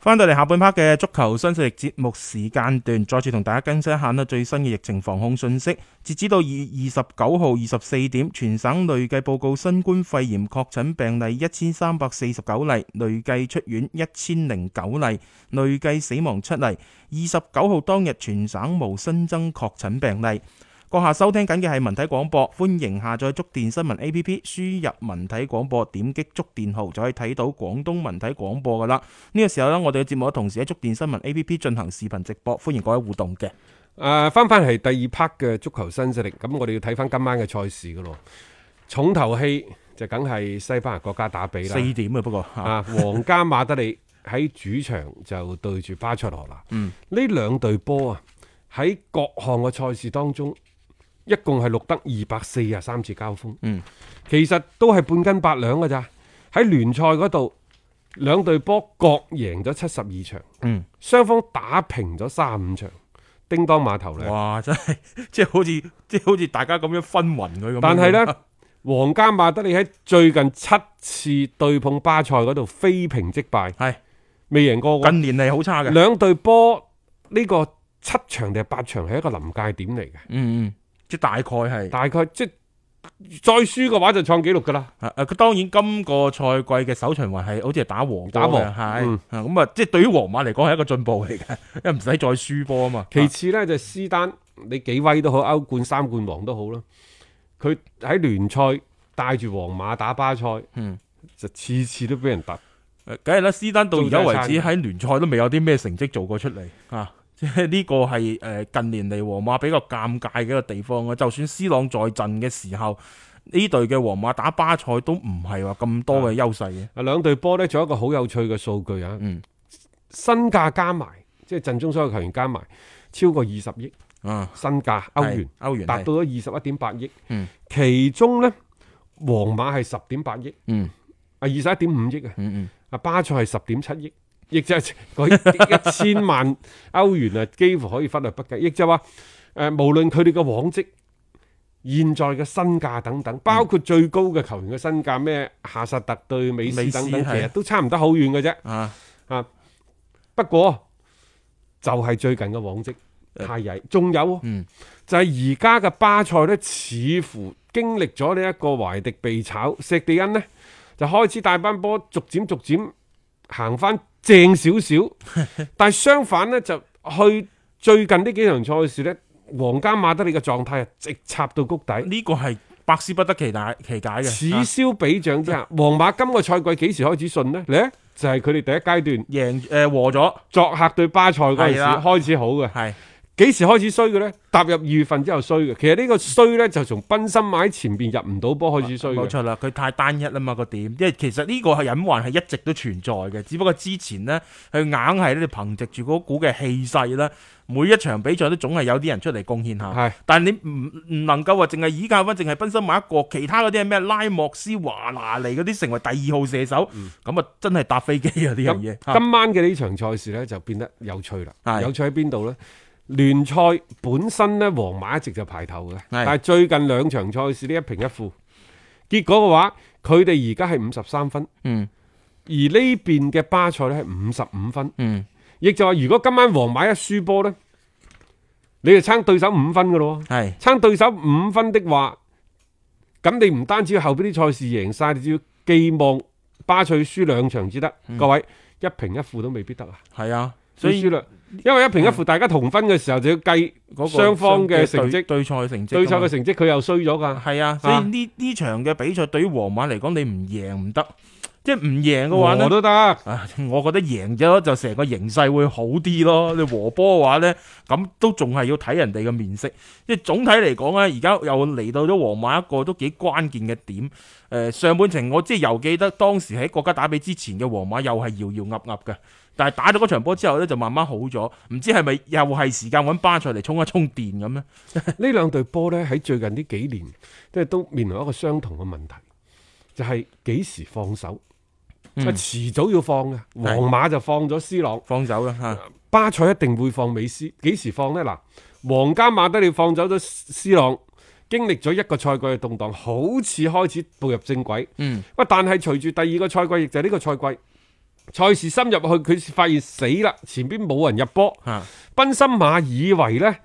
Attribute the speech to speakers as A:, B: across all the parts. A: 翻到嚟下半 part 嘅足球新勢力節目時間段，再次同大家更新一下呢最新嘅疫情防控信息。截止到二月二十九號二十四點，全省累計報告新冠肺炎確診病例一千三百四十九例，累計出院一千零九例，累計死亡七例。二十九號當日全省無新增確診病例。閣下收聽緊嘅係文體廣播，歡迎下載觸電新聞 A P P，輸入文體廣播，點擊觸電號就可以睇到廣東文體廣播噶啦。呢、個時候呢，我哋嘅節目同時喺觸電新聞 A P P 進行視頻直播，歡迎各位互動嘅。
B: 誒翻翻係第二 part 嘅足球新勢力，咁我哋要睇翻今晚嘅賽事噶咯。重頭戲就梗係西班牙國家打比啦。
A: 四點啊，不過嚇，
B: 啊，皇家馬德里喺主場就對住巴塞羅那。
A: 嗯，
B: 呢兩隊波啊，喺各項嘅賽事當中，一共係錄得二百四十三次交鋒。
A: 嗯，
B: 其實都係半斤八兩㗎咋。喺聯賽嗰度，兩隊波各贏咗七十二場，
A: 嗯，
B: 雙方打平咗三五場，叮當碼頭咧。
A: 哇， 真係即係好似即係好似大家咁樣分暈佢咁樣。
B: 但係 呢，皇家馬德里喺最近七次對碰巴塞嗰度非平即敗，
A: 係
B: 未贏過喎
A: 近年嚟好差嘅，
B: 兩隊波呢個七場定係八場係一個臨界點嚟嘅，
A: 嗯嗯，即係大概係。
B: 大概即係再輸嘅話就創紀錄㗎啦。
A: 啊啊！佢當然今個賽季嘅首循環係好似係打和
B: 打和
A: 係
B: 嗯
A: 啊咁啊，即係對於皇馬嚟講係一個進步嚟嘅，因為唔使再輸波啊嘛。
B: 其
A: 啊
B: 次呢，就斯丹，你幾威都好，歐冠三冠王都好啦。佢喺聯賽帶住皇馬打巴塞，
A: 嗯
B: 就次次都俾人突。
A: 誒呃梗係啦，斯丹到而家為
B: 做咗一
A: 止
B: 餐
A: 喺聯賽都未有啲咩成績做過出嚟啊！ 即係呢個係誒近年嚟皇馬比較尷尬嘅一個地方啊！就算斯朗在陣嘅時候，呢隊嘅皇馬打巴塞都唔係話咁多嘅優勢嘅。
B: 啊，兩隊波呢，仲有一個好有趣嘅數據啊，
A: 嗯
B: 身價加埋，即係陣中所有球員加埋超過二十億
A: 啊，
B: 身價歐元。
A: 係歐元
B: 達
A: 係
B: 到咗二十一點八億，
A: 嗯
B: 其中呢，皇馬係十點八億，
A: 嗯
B: 啊二十一點五億啊，
A: 嗯
B: 啊巴塞係十點七億，亦就係 嗰一千萬歐元啊，幾乎可以忽略不計。亦就話誒、呃，無論佢哋嘅往績、現在嘅身價等
A: 嗯
B: 等，包括最高嘅球員嘅身價，咩夏薩特對美斯
A: 美斯
B: 等等，其
A: 係
B: 實都差唔得好遠嘅啫。
A: 嗯啊
B: 不過就係、最近嘅往績太曳，仲有喎
A: 呃嗯
B: 就係而家嘅巴塞呢，似乎經歷咗呢一個懷迪被炒，石地恩呢，就開始帶班波逐漸逐漸行翻正少 少，但係相反呢，就去最近呢幾場賽事呢，皇家馬德里嘅狀態啊直插到谷底，
A: 呢個係百思不得其解其解嘅。
B: 此
A: 啊
B: 消彼長之下，皇馬今個賽季幾時開始順呢？呢就係佢哋第一階段
A: 贏誒、和咗
B: 作客對巴塞嗰陣
A: 係
B: 時
A: 啦
B: 開始好嘅。
A: 係。
B: 幾時開始衰嘅呢？踏入二月份之後衰嘅。其實呢個衰呢，就從賓森馬喺前邊入唔到波開始衰
A: 冇
B: 嘅。
A: 錯啦，佢太單一啦嘛個點，因為其實呢個係隱患係一直都存在嘅，只不過之前呢，佢硬係咧憑藉住嗰股嘅氣勢啦，每一場比賽都總係有啲人出嚟貢獻下。
B: 係
A: 但係你唔唔能夠話淨係依靠翻，淨係賓森馬一個，其他嗰啲係咩拉莫斯、華拿利嗰啲成為第二號射手，咁啊、真係搭飛機啊呢樣嘢。
B: 嗯咁今晚嘅呢場賽事呢，就變得有趣啦。
A: 係
B: 有趣喺邊度呢？聯賽本身呢，皇馬一直就排頭嘅，但係最近兩場賽事呢，一平一負，結果嘅話，佢哋而家係五十三分，
A: 嗯
B: 而呢邊嘅巴塞呢，係五十五分，
A: 嗯，
B: 亦就話如果今晚皇馬一輸波呢，你就撐對手五分嘅咯喎。
A: 係
B: 撐對手五分的話，咁你唔單止要後邊啲賽事贏晒，你只要寄望巴塞輸兩場至得。各位一平一負都未必得啊！
A: 係啊，嗯所
B: 所
A: 以
B: 以輸啦，因為一平一負大家同分嘅時候就要計
A: 嗰個
B: 雙方嘅成績
A: 對對賽成績啊
B: 對手
A: 㗎嘛
B: 嘅成績，佢又衰咗噶。
A: 係啊，所以
B: 啊
A: 呢呢場嘅比賽對於皇馬嚟講，你唔贏唔得，即係唔贏嘅話
B: 和
A: 呢，
B: 都得。
A: 啊，我覺得贏咗就成個形勢會好啲咯。你和波嘅話呢，咁都仲係要睇人哋嘅面色。即係總體嚟講啊呢，而家又嚟到咗皇馬一個都幾關鍵嘅點。誒、上半程我即係又記得當時喺國家打比之前嘅皇馬又係搖搖噏噏嘅，但係打咗嗰場波之後呢，就慢慢好咗。唔知係咪又係時間揾巴塞嚟充一充電咁呢？
B: 呢兩隊波呢，喺最近呢幾年，即係都面臨一個相同嘅問題，就係、幾時放手。
A: 嗯
B: 啊，遲早要放嘅，
A: 係
B: 皇馬就放咗 C 朗，
A: 放手啦嚇，
B: 巴塞一定會放美斯。幾時放呢？嗱，皇家馬德里放走咗 C 朗，經歷咗一個賽季嘅動盪，好似開始步入正軌。
A: 嗯，
B: 喂，但係隨住第二個賽季，亦就係呢個賽季，賽事深入去，佢發現死啦，前邊冇人入波。
A: 嚇
B: 賓森馬以為呢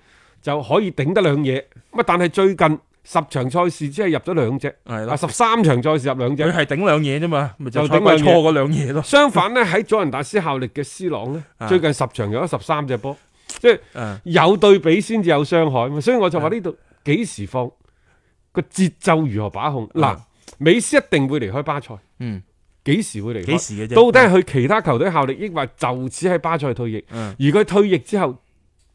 B: 就可以頂得兩嘢，咁啊但係最近十場賽事只係入咗兩隻，
A: 係
B: 啊
A: 咯，
B: 十三場賽事入兩
A: 佢
B: 隻。
A: 係頂兩嘢啫嘛，咪就
B: 就
A: 賽
B: 頂兩
A: 季
B: 嘢
A: 錯嗰兩嘢咯。
B: 相反呢，喺佐仁達斯效力嘅斯朗呢，
A: 啊
B: 最近十場有咗十三隻波，即係
A: 啊
B: 有對比先至有傷害嘛。所以我就話呢度幾時放個節奏如何把控？嗱，美斯一定會離開巴塞，
A: 嗯，
B: 幾時會離開？
A: 幾時嘅啫
B: 到底係去其他球隊效力，抑或就此喺巴塞退役？
A: 嗯
B: 而佢退役之後，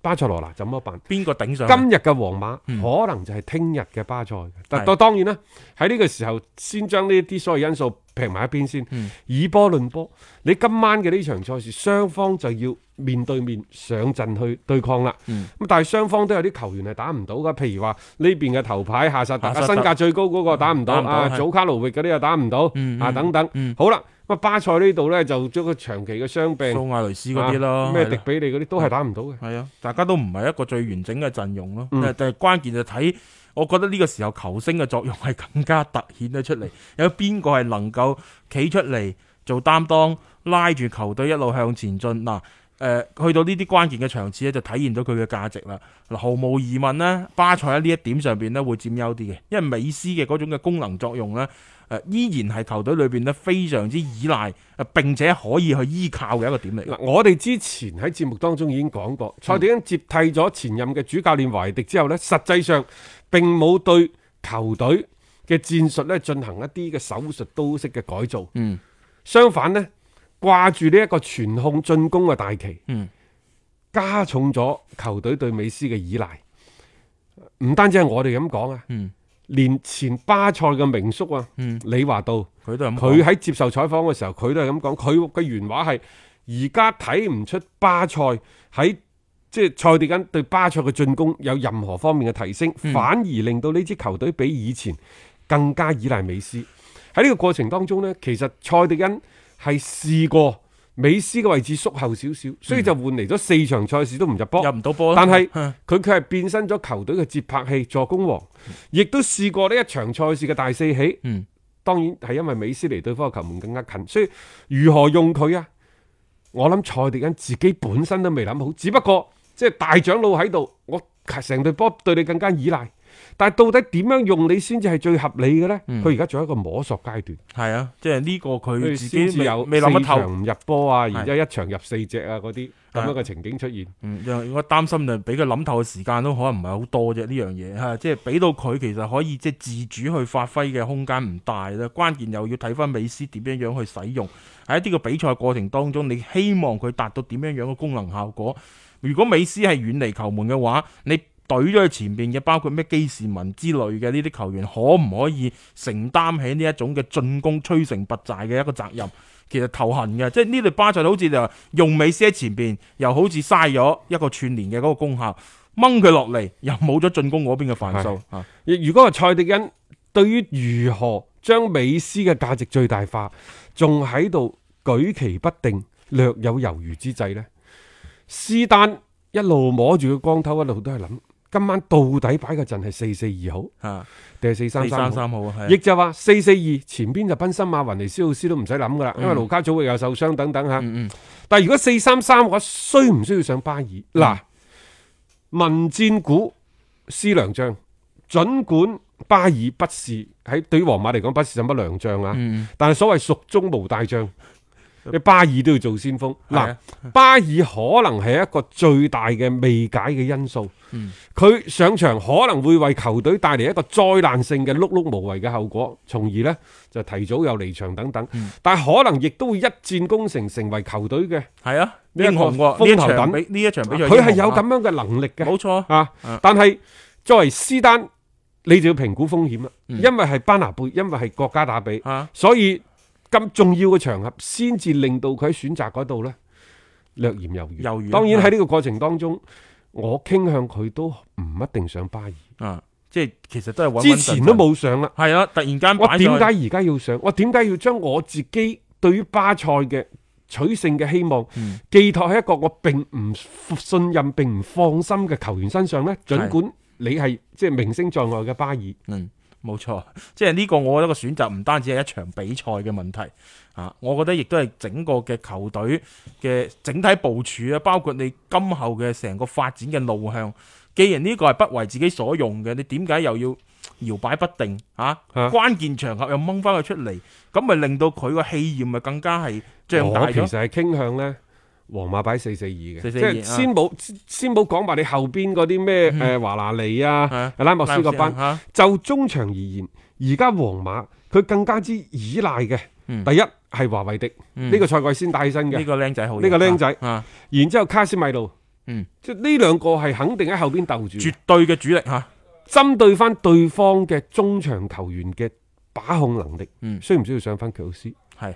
B: 巴塞羅那怎麼辦？
A: 邊個頂上去？
B: 今日嘅皇馬可能就係聽日嘅巴塞嘅，但
A: 嗯係
B: 但當然啦，喺呢個時候先將呢啲所有因素平埋一邊先，
A: 嗯
B: 以波論波。你今晚嘅呢場賽事，雙方就要面對面上陣去對抗啦。咁、
A: 嗯
B: 但係雙方都有啲球員係打唔到噶，譬如話呢邊嘅頭牌夏薩特，
A: 夏薩
B: 啊
A: 特嗯
B: 身價最高嗰個打唔到，
A: 打唔到
B: 啊
A: 係
B: 祖卡奴域嗰啲又打唔到，
A: 嗯
B: 啊
A: 嗯
B: 等等。
A: 嗯
B: 好啦，咁啊巴塞呢度呢，就將個長期嘅傷
A: 蘇
B: 病
A: 亞雷斯嗰啲咯，
B: 啊咩
A: 係
B: 迪
A: 咯
B: 比利嗰啲都係打唔到嘅。
A: 係啊，大家都唔係一個最完整嘅陣容咯。
B: 嗯
A: 但但係關鍵就睇，我覺得呢個時候球星嘅作用係更加突顯得
B: 嗯
A: 出嚟。有邊個係能夠企出嚟做擔當，拉住球隊一路向前進嗱？誒、去到呢啲關鍵嘅場次咧，就體現到佢嘅價值啦。嗱，毫無疑問咧，巴塞喺呢一點上邊咧會佔優啲嘅，因為美斯嘅嗰種嘅功能作用咧，誒、依然係球隊裏邊咧非常之依賴，誒並且可以去依靠嘅一個點嚟嘅。
B: 嗱，我哋之前喺節目當中已經講
A: 嗯
B: 過，蔡迪恩接替咗前任嘅主教練懷迪之後呢，實際上並冇對球隊嘅戰術呢進行一啲嘅手術刀式嘅改造。
A: 嗯，
B: 相反呢，掛住呢一個傳控進攻嘅大旗，
A: 嗯，
B: 加重咗球隊對美斯嘅依賴。唔單止係我哋咁講啊，
A: 嗯，
B: 連前巴塞嘅名宿啊，
A: 嗯
B: 李華道。
A: 佢都係咁講
B: 佢喺接受採訪嘅時候，佢都係咁講。佢嘅原話係：而家睇唔出巴塞喺即係塞地根對巴塞嘅進攻有任何方面嘅提升，
A: 嗯
B: 反而令到呢支球隊比以前更加依賴美斯。喺呢個過程當中呢，其實塞地根係試過美斯嘅位置縮後少少，所以就換嚟咗四場賽事都唔入波。
A: 入唔到波啦
B: 但係佢佢係變身咗球隊嘅節拍器、助攻王，亦都試過呢一場賽事嘅大四喜。
A: 嗯，
B: 當然係因為美斯離對方嘅球門更加近，所以如何用佢啊？我諗蔡迪恩自己本身都未諗好，只不過即係大長老喺度，我成隊波對你更加依賴。但係到底點樣用你先至係最合理嘅呢？佢而家仲有一個摸索階段，
A: 係啊，即係呢個佢自
B: 佢先
A: 己
B: 至
A: 未
B: 有
A: 未諗得
B: 四
A: 透。
B: 場唔入波啊，然之後一場入四隻啊嗰啲咁樣嘅情景出現。
A: 嗯，因為我擔心就俾佢諗透嘅時間都可能唔係好多啫，呢樣嘢嚇，即係俾到佢其實可以即係自主去發揮嘅空間唔大啦。關鍵又要睇翻美斯點樣樣去使用喺呢個比賽過程當中，你希望佢達到點樣樣嘅功能效果。如果美斯係遠離球門嘅話，你懟咗佢前面嘅，包括咩基士文之類嘅呢啲球員，可唔可以承擔起呢一種嘅進攻摧城拔寨嘅一個責任？其實頭痕嘅，即係呢隊巴塞好似就話用美斯喺前邊，又好似嘥咗一個串連嘅嗰個功效，掹佢落嚟又冇咗進攻嗰邊嘅範疇啊！
B: 如果話蔡迪恩對於如何將美斯嘅價值最大化，仲喺度舉棋不定、略有猶豫之際呢，斯丹一路摸住個光頭，一路都係諗今晚到底擺個陣係四四二好
A: 啊，
B: 定係四
A: 四
B: 三
A: 三
B: 三好？
A: 三號啊，
B: 亦
A: 係啊
B: 就話四四二前邊就賓森馬、雲尼斯奧斯都唔使諗噶啦，因為
A: 嗯
B: 盧卡祖域又受傷等等嚇。
A: 嗯嗯
B: 但係如果四三三嘅話，需唔需要上巴爾？
A: 嗯
B: 嗱、民戰股思良將，儘管巴爾不是喺對於皇馬嚟講不是什麼良將啊，
A: 嗯
B: 但係所謂蜀中無大將，你巴爾都要做先鋒。嗱
A: 啊，
B: 巴爾可能係一個最大嘅未解嘅因素。佢、上場可能會為球隊帶嚟一個災難性嘅碌碌無為嘅後果，從而呢就提早又離場等等。但係可能亦都會一戰功成，成為球隊嘅。
A: 係啊，
B: 呢一
A: 英雄喎，呢
B: 個
A: 一
B: 風頭
A: 場
B: 等
A: 比呢一場比賽
B: 佢係
A: 英雄
B: 有
A: 啊
B: 咁樣嘅能力嘅。
A: 冇錯，
B: 啊
A: 啊！
B: 但係作為斯丹，你就要評估風險啦，
A: 嗯
B: 因為係班拿貝，因為係國家打比
A: 啊，
B: 所以咁重要嘅場合，先至令到佢喺選擇嗰度呢略嫌猶豫。
A: 猶豫啊
B: 當然喺呢個過程當中，我傾向佢都唔一定上巴爾，
A: 啊，即係其實都係穩穩
B: 之
A: 陣陣
B: 前都，冇上啦。
A: 係啊，突然間
B: 我
A: 擺
B: 點
A: 上
B: 解
A: 去
B: 而家要上？我點解要將我自己對於巴塞嘅取勝嘅希望
A: 嗯
B: 寄託喺一個我並唔信任、並唔放心嘅球員身上呢？儘管你係即係名聲在外嘅巴爾，
A: 嗯，冇錯， 即係呢個我覺得個選擇唔單止係一場比賽嘅問題啊，我覺得亦都係整個嘅球隊嘅整體部署啊，包括你今後嘅成個發展嘅路向。既然呢個係不為自己所用嘅，你點解又要搖擺不定啊？
B: 啊
A: 關鍵場合又掹翻佢出嚟，咁咪令到佢個氣焰咪更加係脹大
B: 我哦其
A: 咗
B: 實。係傾向呢。皇馬擺四四二嘅，即
A: 4-4-2
B: 係先冇先冇講埋你後邊嗰啲咩誒華拿利啊
A: 嗯啊、
B: 拉莫斯嗰班，
A: 嚇
B: 就中場而言，而家皇馬佢更加之依賴嘅，
A: 嗯
B: 第一係華維迪呢個賽季先帶起身嘅
A: 呢，個僆仔好嘢，
B: 呢個僆仔
A: 啊，啊
B: 然之後卡斯米路，
A: 嗯，
B: 即係呢兩個係肯定喺後邊鬥住
A: 絕，對嘅主力嚇，
B: 針對翻對方嘅中場球員嘅把控能力，
A: 嗯
B: 需唔需要上翻喬斯？
A: 係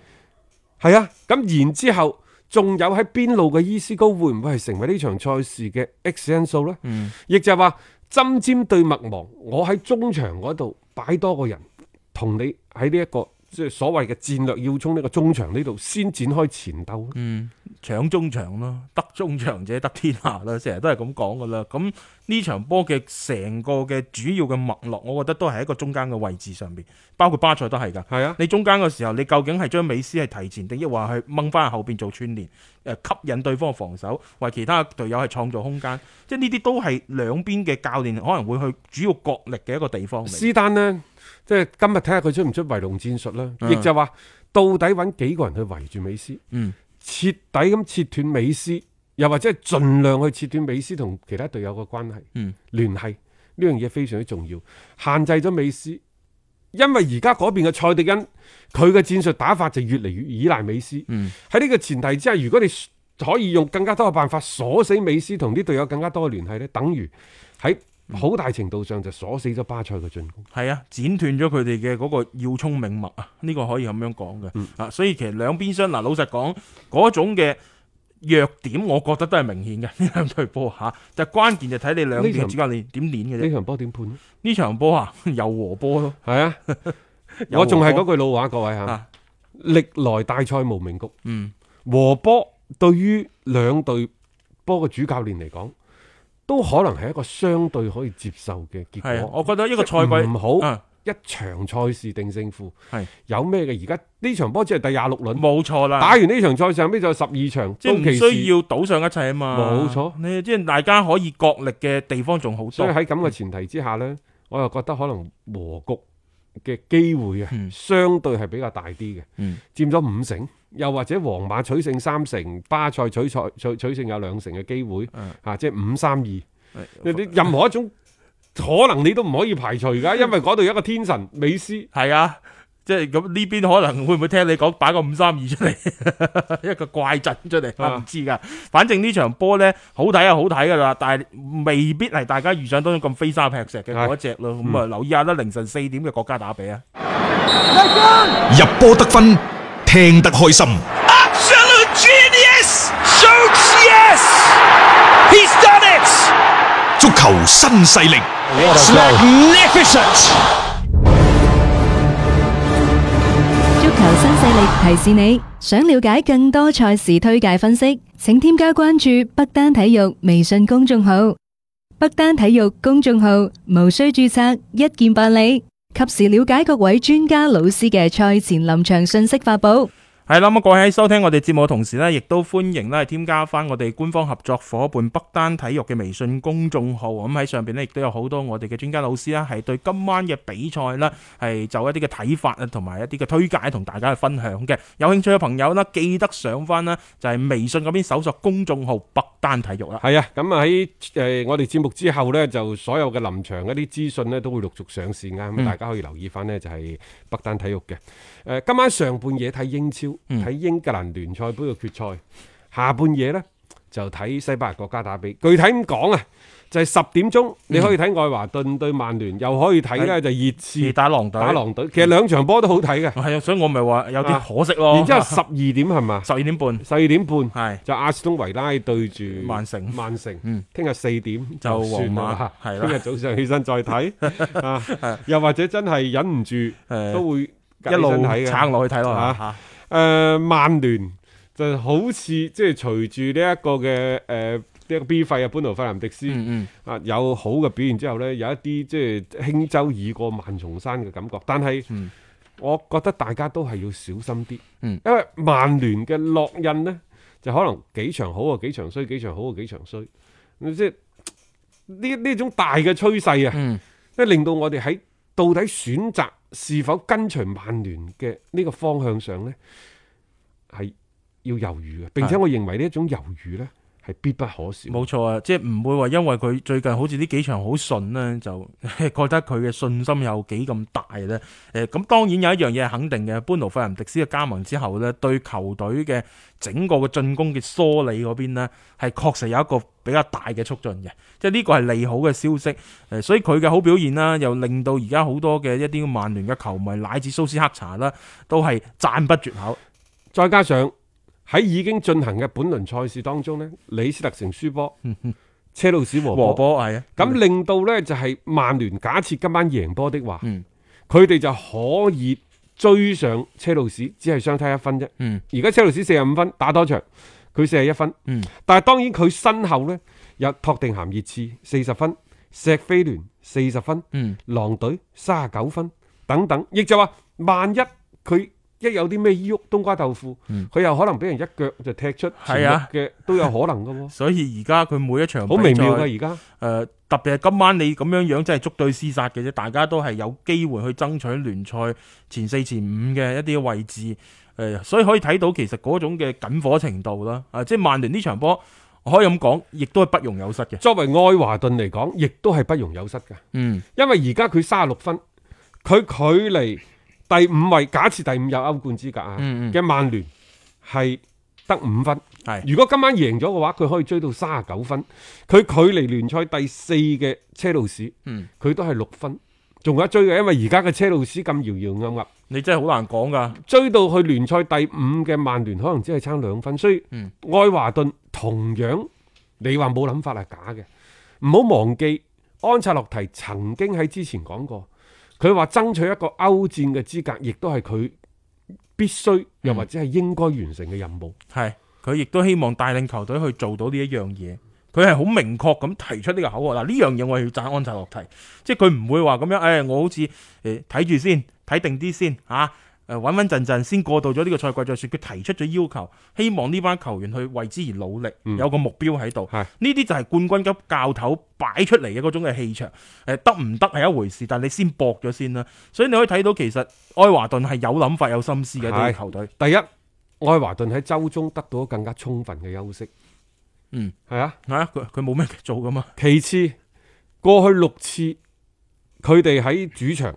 B: 係啊，咁然之後仲有喺邊路嘅伊斯高會唔會係成為呢場賽事嘅 X 因素呢？
A: 嗯
B: 亦就係話針尖對麥芒，我喺中場嗰度擺多個人，同你喺呢一個即係所謂嘅戰略要衝呢個中場呢度先展開前鬥。
A: 嗯，搶中場咯， 得中場者得天下啦， 成日都係咁講噶啦。咁呢場波嘅成個嘅主要嘅脈絡，我覺得都係喺一個中間嘅位置上邊，包括巴塞都係㗎。
B: 係啊，
A: 你中間嘅時候，你究竟係將美斯係提前定，抑或係掹翻後邊做串連，誒吸引對方嘅防守，為其他隊友係創造空間，即係呢啲都係兩邊嘅教練可能會去主要角力嘅一個地方嚟。
B: 斯丹呢，即係今日睇下佢出唔出圍龍戰術啦。
A: 嗯
B: 亦就話，到底揾幾個人去圍住美斯，
A: 嗯
B: 徹底咁切斷美斯，又或者係盡量去切斷美斯同其他隊友嘅關係、
A: 嗯
B: 聯繫呢樣嘢非常之重要，限制咗美斯。因為而家嗰邊嘅蔡迪恩，佢嘅戰術打法就越嚟越依賴美斯。喺呢、
A: 嗯
B: 個前提之下，如果你可以用更加多嘅辦法鎖死美斯同啲隊友更加多嘅聯繫呢，等於喺
A: 嗯
B: 好大程度上就鎖死咗巴塞嘅進攻。
A: 係啊，剪斷咗佢哋嘅嗰個要衝命脈啊，呢、個可以咁樣講嘅、
B: 嗯
A: 啊，所以其實兩邊相嗱，老實講嗰種嘅弱點，我覺得都係明顯嘅呢兩隊波嚇，就關鍵就睇你兩邊
B: 呢
A: 嘅
B: 場
A: 主教練點練嘅
B: 呢
A: 啫。
B: 場波點判咧？
A: 呢場波啊，又和波咯，
B: 係啊，
A: 有
B: 我仲係
A: 和
B: 嗰句老話，各位
A: 啊
B: 嚇，歷來大賽無名局，
A: 嗯
B: 和波對於兩隊波嘅主教練嚟講，都可能係一個相對可以接受嘅
A: 係
B: 結
A: 啊，
B: 果。
A: 我覺得一個賽季
B: 唔好
A: 啊
B: 一場賽事定勝負，
A: 係
B: 有咩嘅？而家呢場波只係第廿六輪，
A: 冇錯啦，
B: 打完呢場賽事，後尾就十二場，
A: 即係唔
B: 到期時
A: 需要賭上一切啊嘛，
B: 冇錯
A: 你即係大家可以角力嘅地方仲好
B: 所以
A: 多，
B: 喺咁嘅前提之下呢，我又覺得可能和局嘅機會啊，
A: 嗯
B: 相對係比較大啲嘅，
A: 嗯
B: 佔咗五成，又或者皇馬取勝三成，巴塞取賽取取勝有兩成嘅機會，
A: 嗯
B: 啊，即係五三二，你
A: 哎
B: 你任何一種可能你都唔可以排除㗎，因為嗰度有一個天神美斯。
A: 係啊。即係咁呢邊可能會唔會聽你講擺個五三二出嚟， 一個怪陣出嚟，
B: 啊
A: 唔知㗎。反正呢場波呢，好睇啊好睇㗎啦，但係未必係大家預想當中咁飛沙劈石嘅嗰一隻咯。咁啊，留意下啦，凌晨四點嘅國家打比啊。
C: 入波得分，聽得開心。
D: Absolute genius! Schultz, yes! He's done it!
C: 足球新勢力，
D: It's magnificent!
E: 足球新勢力提示你，想了解更多賽事推介分析，請添加關注北單體育微信公眾號。北單體育公眾號無需註冊，一鍵辦理，及時了解各位專家老師嘅賽前臨場信息發布。
A: 係啦，咁各位喺收聽我哋節目嘅同時呢，亦都歡迎呢添加翻我哋官方合作伙伴北單體育嘅微信公眾號。咁喺上邊呢，亦都有好多我哋嘅專家老師啦，係對今晚嘅比賽啦，係就一啲嘅睇法啊，同埋一啲嘅推介同大家去分享嘅。有興趣嘅朋友啦，記得上翻啦，就係微信嗰邊搜索公眾號北單體育啦。
B: 係啊，咁啊喺誒我哋節目之後呢，就所有嘅臨場一啲資訊呢都會陸續上線啊，咁、大家可以留意翻呢，就係、北單體育嘅。誒、今晚上半夜睇英超，睇、英格蘭聯賽杯嘅決賽，下半夜呢，就睇西班牙國家打比。具體咁講啊，就係、十點鐘你可以睇愛華頓對曼聯，又可以睇呢就熱刺
A: 是打狼隊，
B: 打狼隊，其實兩場波都好睇嘅。
A: 係啊，所以我咪話有
B: 啊
A: 啲可惜咯。
B: 然之後十二點係嘛？
A: 十二點半
B: 十二點半。
A: 係
B: 就阿斯通維拉對住
A: 曼城
B: 曼城，
A: 嗯
B: 聽日四點
A: 就
B: 算啦
A: 皇馬係啦
B: 聽日早上起身再 睇，啊，又或者真係忍唔住
A: 誒
B: 都會
A: 一路
B: 睇嘅。
A: 撐落去睇落去
B: 啊
A: 嚇。
B: 誒，曼聯就好似即係隨住呢一個嘅誒。呢一個 B 費啊，班奴費南迪斯
A: 嗯
B: 啊，有好嘅表現之後呢，有一啲即係輕舟已過萬重山嘅感覺。但係，我覺得大家都係要小心啲，
A: 嗯
B: 因為曼聯嘅落印呢，就可能幾場好啊，幾場衰，幾場好啊，幾場衰。咁即係呢呢種大嘅趨勢啊，
A: 嗯
B: 即係令到我哋喺到底選擇是否跟隨曼聯嘅呢個方向上呢，係要猶豫嘅。並且我認為呢一種猶豫呢，係必不可少。
A: 冇錯啊，即係唔會話因為佢最近好似呢幾場好順咧，就 覺得佢嘅信心有幾咁大咧。誒、咁當然有一樣嘢係肯定嘅，班奴費林迪斯嘅加盟之後咧，對球隊嘅整個嘅進攻嘅梳理嗰邊咧，係確實有一個比較大嘅促進嘅，即係呢個係利好嘅消息。誒，所以佢嘅好表現啦，又令到而家好多嘅一啲曼聯嘅球迷乃至蘇斯克查啦，都係讚不絕口。
B: 再加上喺已經進行嘅本輪賽事當中呢，李斯特城輸波，車路士和
A: 嗯和
B: 波。
A: 波係啊，
B: 咁令到呢，就係曼聯假設今晚贏波的話，
A: 嗯
B: 佢哋、就可以追上車路士，只係相差一分啫。
A: 嗯
B: 而家車路士四十五分，打多場佢四十一分。
A: 嗯
B: 但係當然佢身後呢，有托定咸熱刺四十分，石飛聯四十分，
A: 嗯
B: 狼隊三十九分等等，亦就話萬一佢。一有啲咩依喐冬瓜豆腐，佢、又可能俾人一腳就踢出
A: 嗯係啊
B: 前六嘅，都有可能 噶喎，
A: 所以而家佢每一場
B: 好微妙
A: 比賽
B: 啊㗎而家。
A: 誒、呃特別係今晚你咁樣樣真係捉對廝殺嘅啫，大家都係有機會去爭取聯賽前四、前五嘅一啲位置。誒、呃所以可以睇到其實嗰種嘅緊火程度啦。啊，即係曼聯呢場波，我可以咁講，亦都係不容有失嘅。
B: 作為愛華頓嚟講，亦都係不容有失嘅，
A: 嗯，
B: 因為而家佢三十六分，佢距離第五位，假設第五有歐冠資格啊
A: 嗯嗯
B: 嘅曼聯係得五分。
A: 係
B: 如果今晚贏咗嘅話，佢可以追到三十九分，佢距離聯賽第四嘅車路士，佢、
A: 嗯
B: 都係六分，仲有一追嘅，因為而家嘅車路士咁搖搖暗暗。
A: 你真係好難講㗎。
B: 追到去聯賽第五嘅曼聯，可能只係差兩分，所以
A: 嗯
B: 愛華頓同樣你話冇諗法係假嘅。唔好忘記安察洛提曾經喺之前講過，佢話爭取一個歐戰嘅資格，亦都係佢必須又或者係應該完成嘅任務。
A: 係佢亦都希望帶領球隊去做到呢一樣嘢。佢係好明確咁提出呢個口號嗱，呢樣嘢我係要讚安察洛提，即係佢唔會話咁樣，誒、我好似誒睇住先，睇定啲先嚇，誒穩穩陣陣先過渡咗呢個賽季再説。佢提出咗要求，希望呢班球員去為之而努力，
B: 嗯
A: 有個目標喺度。
B: 係
A: 呢啲就係冠軍級教頭擺出嚟嘅嗰種嘅氣場。誒得唔得係一回事，但係你先搏咗先啦。所以你可以睇到其實愛華頓係有諗法、有心思嘅一隊
B: 係
A: 球隊。
B: 第一，愛華頓喺周中得到更加充分嘅休息。
A: 嗯，
B: 係啊。
A: 係啊，佢佢冇咩做噶嘛。
B: 其次，過去六次佢哋喺主場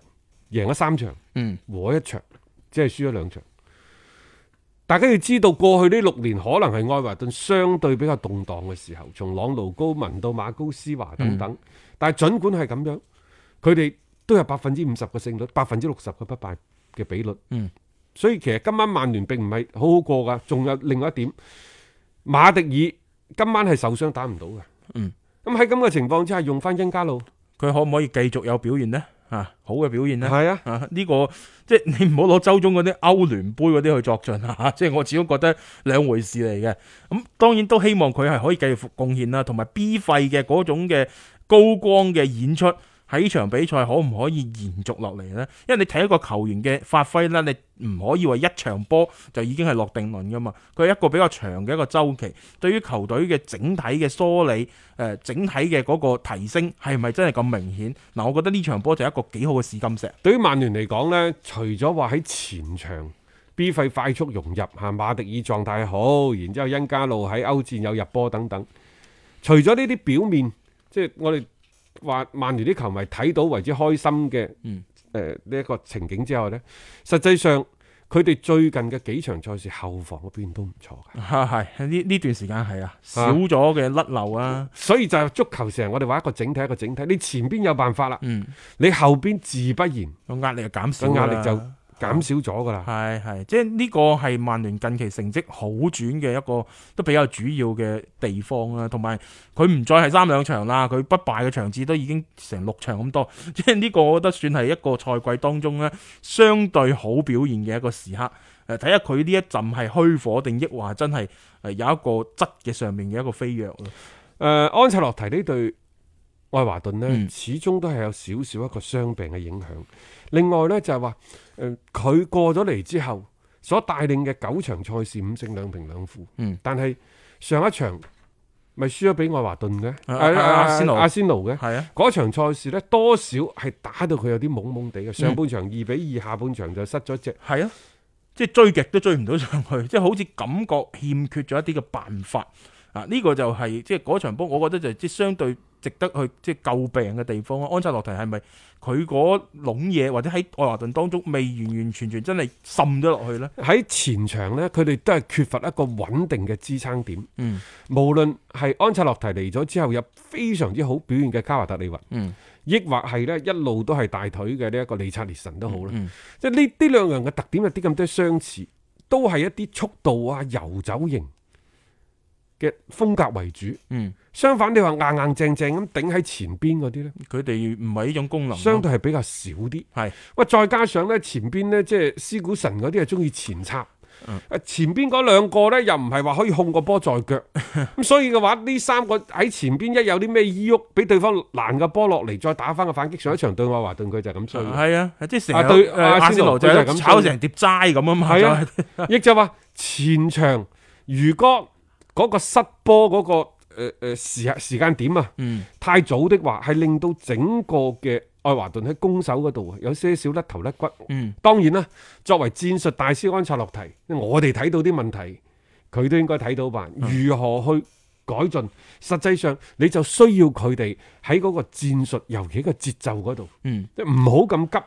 B: 贏咗三場，
A: 嗯，
B: 和一場，即係輸咗兩場。大家要知道，過去呢六年可能係愛華頓相對比較動盪嘅時候，從朗奴高文到馬高斯華等
A: 嗯
B: 等。但係儘管係咁樣，佢哋都有百分之五十嘅勝率，百分之六十嘅不敗嘅比率。
A: 嗯，
B: 所以其實今晚曼聯並唔係好好過㗎，仲有另外一點，馬迪爾今晚係受傷打唔到嘅。咁喺咁嘅情況之下，用翻恩加路
A: 佢可唔可以繼續有表現呢？啊，好嘅表現呢？
B: 係啊，
A: 啊，呢、個即係你唔好攞周中嗰啲歐聯杯嗰啲去作盡啊！ 嚇即係我始終覺得兩回事嚟嘅。咁當然都希望佢係可以繼續貢獻啦，同埋 B 費嘅嗰種嘅高光嘅演出。喺呢場比賽可唔可以延續落嚟呢？因為你睇一個球員嘅發揮啦，你唔可以話一場波就已經係落定論噶嘛。佢係一個比較長嘅一個周期，對於球隊嘅整體嘅梳理，誒、整體嘅嗰個提升係咪真係咁明顯？嗱、我覺得呢場波就係一個幾好嘅試金石。
B: 對於曼聯嚟講呢，除咗話喺前場 B 費快速融入嚇馬迪爾狀態好，然之後恩加路喺歐戰有入波等等，除咗呢啲表面，即係我哋話曼聯啲球迷睇到為之開心嘅
A: 嗯，
B: 誒呢一個情景之後呢，實際上佢哋最近嘅幾場賽事後防嗰邊都唔錯嘅。
A: 啊，係呢呢段時間係啊，少咗嘅甩漏啊，
B: 所以就係足球成日我哋話一個整體一個整體，你前邊有辦法啦，
A: 嗯，
B: 你後邊自不然
A: 個壓力就減少
B: 個壓
A: 啦，
B: 力就減少咗噶啦。
A: 係係，即係呢個係曼聯近期成績好轉嘅一個都比較主要嘅地方啦，同埋佢唔再係三兩場啦，佢不敗嘅場次都已經成六場咁多， 即係呢個我覺得算係一個賽季當中咧相對好表現嘅一個時刻。誒，睇下佢呢一陣係虛火定抑或係真係誒有一個質嘅上面嘅一個飛躍咯。
B: 誒、安切洛提呢隊愛華頓呢，
A: 嗯
B: 始終都係有少少一個傷病嘅影響。另外呢，就係話誒，佢、過咗嚟之後所帶領嘅九場賽事五勝兩平兩負，
A: 嗯
B: 但係上一場咪輸咗俾愛華頓嘅，
A: 啊
B: 誒
A: 啊阿仙奴
B: 阿仙奴嘅。
A: 係啊，
B: 嗰場賽事呢，多少係打到佢有啲懵懵地嘅。上半場二比二，下半場就失咗隻。
A: 係啊，即係追極都追唔到上去， 即係好似感覺欠缺咗一啲嘅辦法啊！呢、個就係、即係嗰場波，我覺得就即係相對值得去即係救病嘅地方咯。安切洛提係咪佢嗰籠嘢，或者喺愛華頓當中未完完全全真係滲咗落去呢？
B: 喺前場呢，佢哋都係缺乏一個穩定嘅支撐點。
A: 嗯，
B: 無論係安切洛提嚟咗之後有非常之好表現嘅卡華特利雲，
A: 嗯，
B: 抑或係呢一路都係大腿嘅呢一個理察列神都好啦。
A: 嗯嗯
B: 即係呢呢兩樣嘅特點有啲咁多相似，都係一啲速度啊、遊走型嘅風格為主。
A: 嗯，
B: 相反你話硬硬正正咁頂喺前邊嗰啲呢。
A: 佢哋唔係呢種功能咯，
B: 相對係比較少啲。
A: 係
B: 喂，再加上咧前邊咧即係斯古神嗰啲係中意前插。
A: 嗯
B: 誒前邊嗰兩個咧又唔係話可以控個波在 腳，咁所以嘅話呢三個喺前邊一有啲咩依喐，俾對方攔個波落嚟，再打翻個反擊。上一場對愛華頓佢就係咁衰嘅，
A: 係啊，即係
B: 啊
A: 成
B: 對
A: 日
B: 阿
A: 誒阿仙奴就
B: 仙奴
A: 係
B: 就係咁
A: 炒
B: 追
A: 成碟齋咁啊嘛，
B: 係
A: 就
B: 啊
A: 係，
B: 亦就話前場如果嗰個失波嗰、個誒誒、呃、時時間點啊，
A: 嗯
B: 太早的話係令到整個嘅愛華頓喺攻守嗰度啊有些少甩頭甩骨。
A: 嗯，
B: 當然啦，作為戰術大師安察洛提，我哋睇到啲問題，佢都應該睇到吧？
A: 嗯
B: 如何去改進？實際上你就需要佢哋喺嗰個戰術，尤其個節奏嗰度，
A: 嗯，
B: 即係唔好咁急。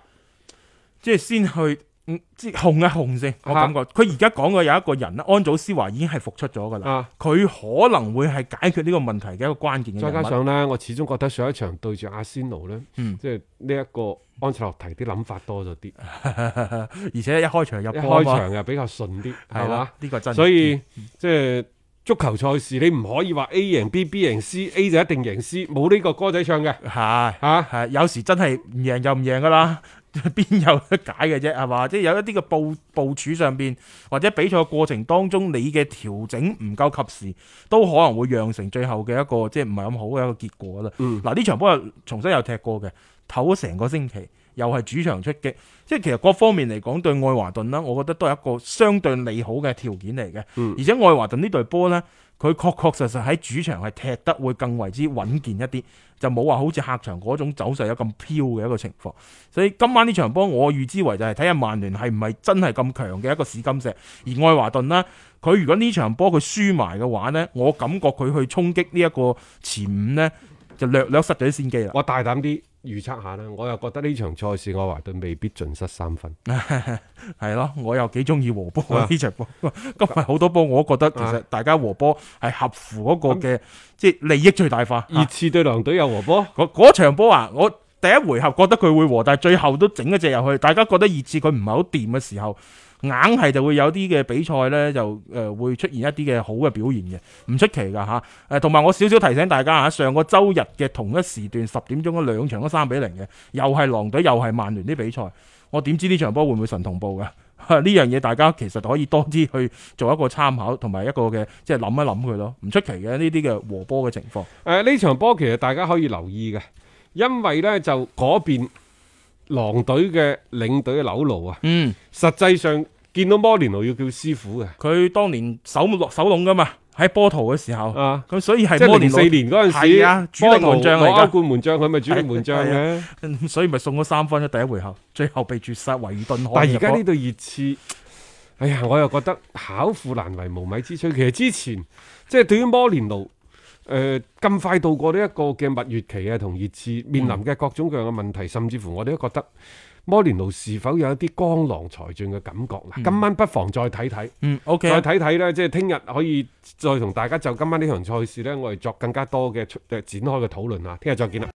A: 即係先去。嗯即係控一控先，我感覺佢而家講嘅有一個人啦，啊安祖斯華已經係復出咗㗎啦。
B: 啊！
A: 佢可能會係解決呢個問題嘅一個關鍵嘅
B: 再
A: 人
B: 加
A: 物。
B: 上呢，我始終覺得上一場對住阿仙奴呢，
A: 嗯
B: 即係呢一個安察洛提啲諗法多咗啲，
A: 而且一開場入
B: 一
A: 波啊
B: 開
A: 嘛
B: 場又比較順啲，係
A: 係
B: 嘛
A: 啦？，嗯呢個真嘅。
B: 所以即係足球賽事，你唔可以話 A 贏 B，B 贏 C，A 就一定贏 C，冇呢個歌仔唱嘅啊
A: 係
B: 嚇。
A: 係有時真係唔贏就唔贏㗎啦， 邊有得解嘅啫係嘛？即係有一啲嘅部部署上邊，或者比賽過程當中你嘅調整唔夠及時，都可能會釀成最後嘅一個即係唔係咁好嘅一個結果啦。
B: 嗯
A: 嗱呢場波又重新又踢過嘅，唞咗成個星期，又係主場出擊，即係其實各方面嚟講對愛華頓啦，我覺得都係一個相對利好嘅條件嚟嘅。
B: 嗯
A: 而且愛華頓呢隊波呢，佢確確實實喺主場係踢得會更為之穩健一啲，就冇話好似客場嗰種走勢有咁飄嘅一個情況。所以今晚呢場波我預知為就係睇下曼聯係唔係真係咁強嘅一個試金石，而愛華頓呢，佢如果呢場波佢輸埋嘅話呢，我感覺佢去衝擊呢一個前五呢，就略略失咗啲先機啦。
B: 我大膽啲預測下啦，我又覺得呢場賽事愛華頓未必盡失三分。
A: 係咯，我又幾中意和波
B: 啊
A: 啊呢場波， 今日好多波，我覺得其實大家和波係合乎嗰個嘅即係利益最大化。
B: 熱刺對狼隊有和波，
A: 嗰嗰場波啊，我第一回合覺得佢會和，但係最後都整一隻入去，大家覺得熱刺佢唔係好掂嘅時候，硬係就會有啲嘅比賽呢，就誒、呃、會出現一啲嘅好嘅表現嘅，唔出奇㗎吓。誒同埋我少少提醒大家嚇，上個周日嘅同一時段十點鐘嗰兩場都三比零嘅，又係狼隊又係曼聯啲比賽，我點知呢場波會唔會神同步㗎？ 呢樣嘢大家其實可以多啲去做一個參考，同埋一個嘅即係諗一諗佢咯，唔出奇嘅呢啲嘅和波嘅情況。
B: 誒呢場波其實大家可以留意嘅。因為呢，就嗰邊狼隊嘅領隊紐奴啊，
A: 嗯，
B: 實際上見到摩連奴要叫師傅嘅，
A: 佢當年守落手籠噶嘛，喺波圖嘅時候，
B: 啊
A: 咁所以
B: 即
A: 係
B: 係
A: 摩連
B: 零四年嗰陣時，
A: 係啊，主力門將
B: 波圖攞歐
A: 嚟
B: 冠門將，佢咪主力門將
A: 係啊
B: 嘅。
A: 噶，嗯所以咪送咗三分咯，第一回合，最後被絕殺維爾頓
B: 但
A: 海
B: 係
A: 入波。
B: 而家呢隊熱刺，哎呀，我又覺得巧婦難為無米之炊。其實之前即係對於摩連奴，誒、咁快度過呢一個嘅蜜月期啊，同熱刺面臨嘅各種各樣嘅問題，甚至乎我哋都覺得摩連奴是否有一啲江郎才盡嘅感覺嗱，啊今晚不妨再睇睇。
A: 嗯，OK
B: 再
A: 啊。
B: 睇睇咧，即係聽日可以再同大家就今晚呢場賽事呢，我哋作更加多嘅出誒展開嘅討論啊！聽日再見啦。